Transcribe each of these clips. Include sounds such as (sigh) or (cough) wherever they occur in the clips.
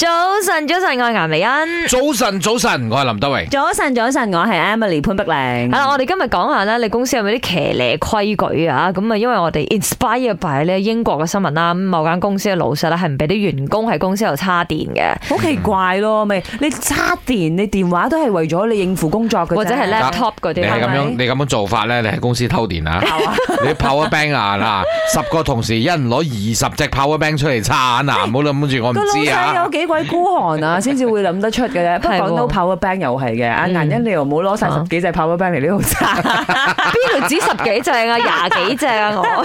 早晨，早晨，我係顏美欣。早晨，早晨，我係林德榮。早晨，早晨，我係 Emily 潘碧係。玲啦，我哋今日講下咧，你公司有冇啲騎呢規矩啊？咁啊，因為我哋 inspire by 咧英國嘅新聞啊啦，咁某間公司嘅老細咧係唔俾啲員工喺公司度叉電嘅，好奇怪咯，咪你插電，你電話都係為咗你應付工作嘅啫，或者係呢 laptop 嗰你啲啦。係咁樣，啊係咪你咁樣做法咧，你喺公司偷電啊！ (laughs) 你 power bank 啊嗱，十個同事一人攞二十隻 power bank 出嚟叉嗱，唔好諗住我唔個老知細啊有！幾鬼孤寒啊，先至會諗得出嘅啫。不過係喎講到 power bank 又係嘅，阿嗯顏欣你又冇攞晒十幾隻 power bank 嚟呢度揸，邊度止十幾隻 (laughs) 啊，廿幾隻啊，我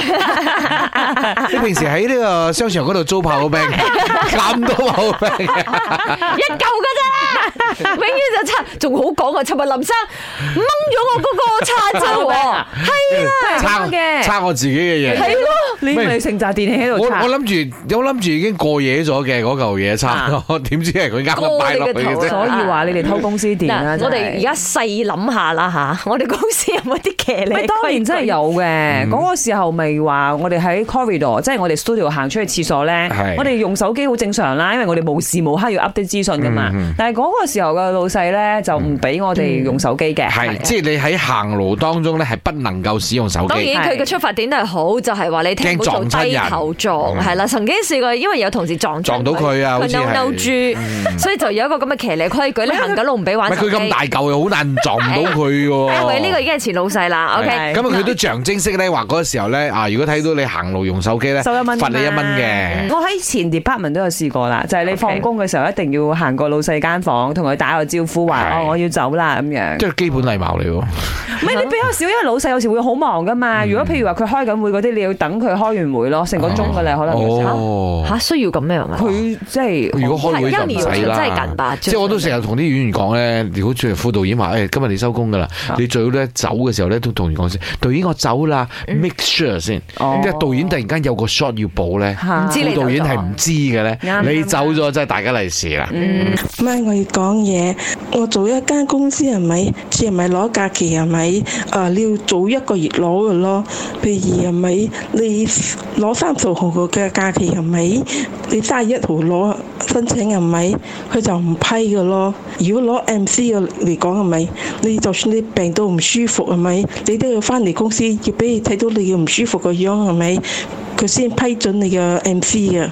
你平時喺呢個商場嗰度租 power bank 咁多 power bank，一嚿嘅 (laughs) 啫，永遠就叉，仲好講啊！尋日林生掹咗我嗰個叉啫 (laughs) 喎，係啦， (laughs) 叉係嘅叉我自己嘅嘢。係咯。你咪成扎電器喺我度我插。諗住，我諗住已經過夜咗嘅嗰嚿嘢叉，我 (laughs) 點知係佢啱啱擺落去嘅過你嘅頭啫啊。所以話你哋偷公司電啊！嗱，真係我哋而家細諗下啦吓，我哋公司有冇啲騎呢？喂，當然真係有嗯嘅。嗰個時候咪話我哋喺 corridor，即係我哋 studio 行出去廁所咧係，我哋用手機好正常啦，因為我哋無時無刻要 update 資訊噶嘛嗯嗯。但係嗰個時候嘅老細咧就唔俾我哋用手機嘅，係，即係你喺行路當中咧，係不能夠使用手當機。然佢嘅出發點都係好，就係話你聽唔好驚撞做親低人嗯頭族，係啦。曾經試過，因為有同事撞撞到佢啊好佢似係嬲嬲豬，所以就有一個咁嘅騎呢規矩，你行緊路唔俾玩唔係手佢機。咁大嚿，又好難撞唔到佢嘅哎喂，喎。呢個已經係前老細啦。係 OK，咁啊，佢都象徵式咧話嗰個時候咧啊，如果睇到你行路用手機咧，收啊一蚊㗎嘛，罰你一蚊嘅。我喺前 department 都有試過啦，就係你 OK 放工嘅時候一定要行過老細間房，同佢打個招呼話：係哦，我要走啦咁樣。即係基本禮貌嚟喎，唔係你比較少，因為老細有時會好忙噶嘛。嗯如果譬如話佢開緊會嗰啲，你要等佢開完會咯，成個鐘噶啦，可能有時候。哦嚇，需要咁樣啊？佢即係如果開會就唔使真係啦近吧，即係我都成日同啲演員講咧，如果做副導演話，誒今日你收工㗎啦，你最好咧走嘅時候咧都同員講先，導演我走啦，make sure 先，哦即係導演突然間有個 shot 要補咧，嚇唔知你副導演係唔知嘅咧啱，啱你走咗真係大家利是啦。嗯咪我要講嘢，我做一間公司係咪？似係咪攞假期係咪？啊，你要早一個月攞嘅咯。譬如係咪？你攞三十號嘅假期係咪？你三十一號攞申請係咪？佢就唔批嘅咯。如果攞 MC 嘅嚟講係咪？你就算你病到唔舒服係咪？你都要翻嚟公司要俾你睇到你嘅唔舒服個樣係咪？佢先批准你嘅 MC 嘅。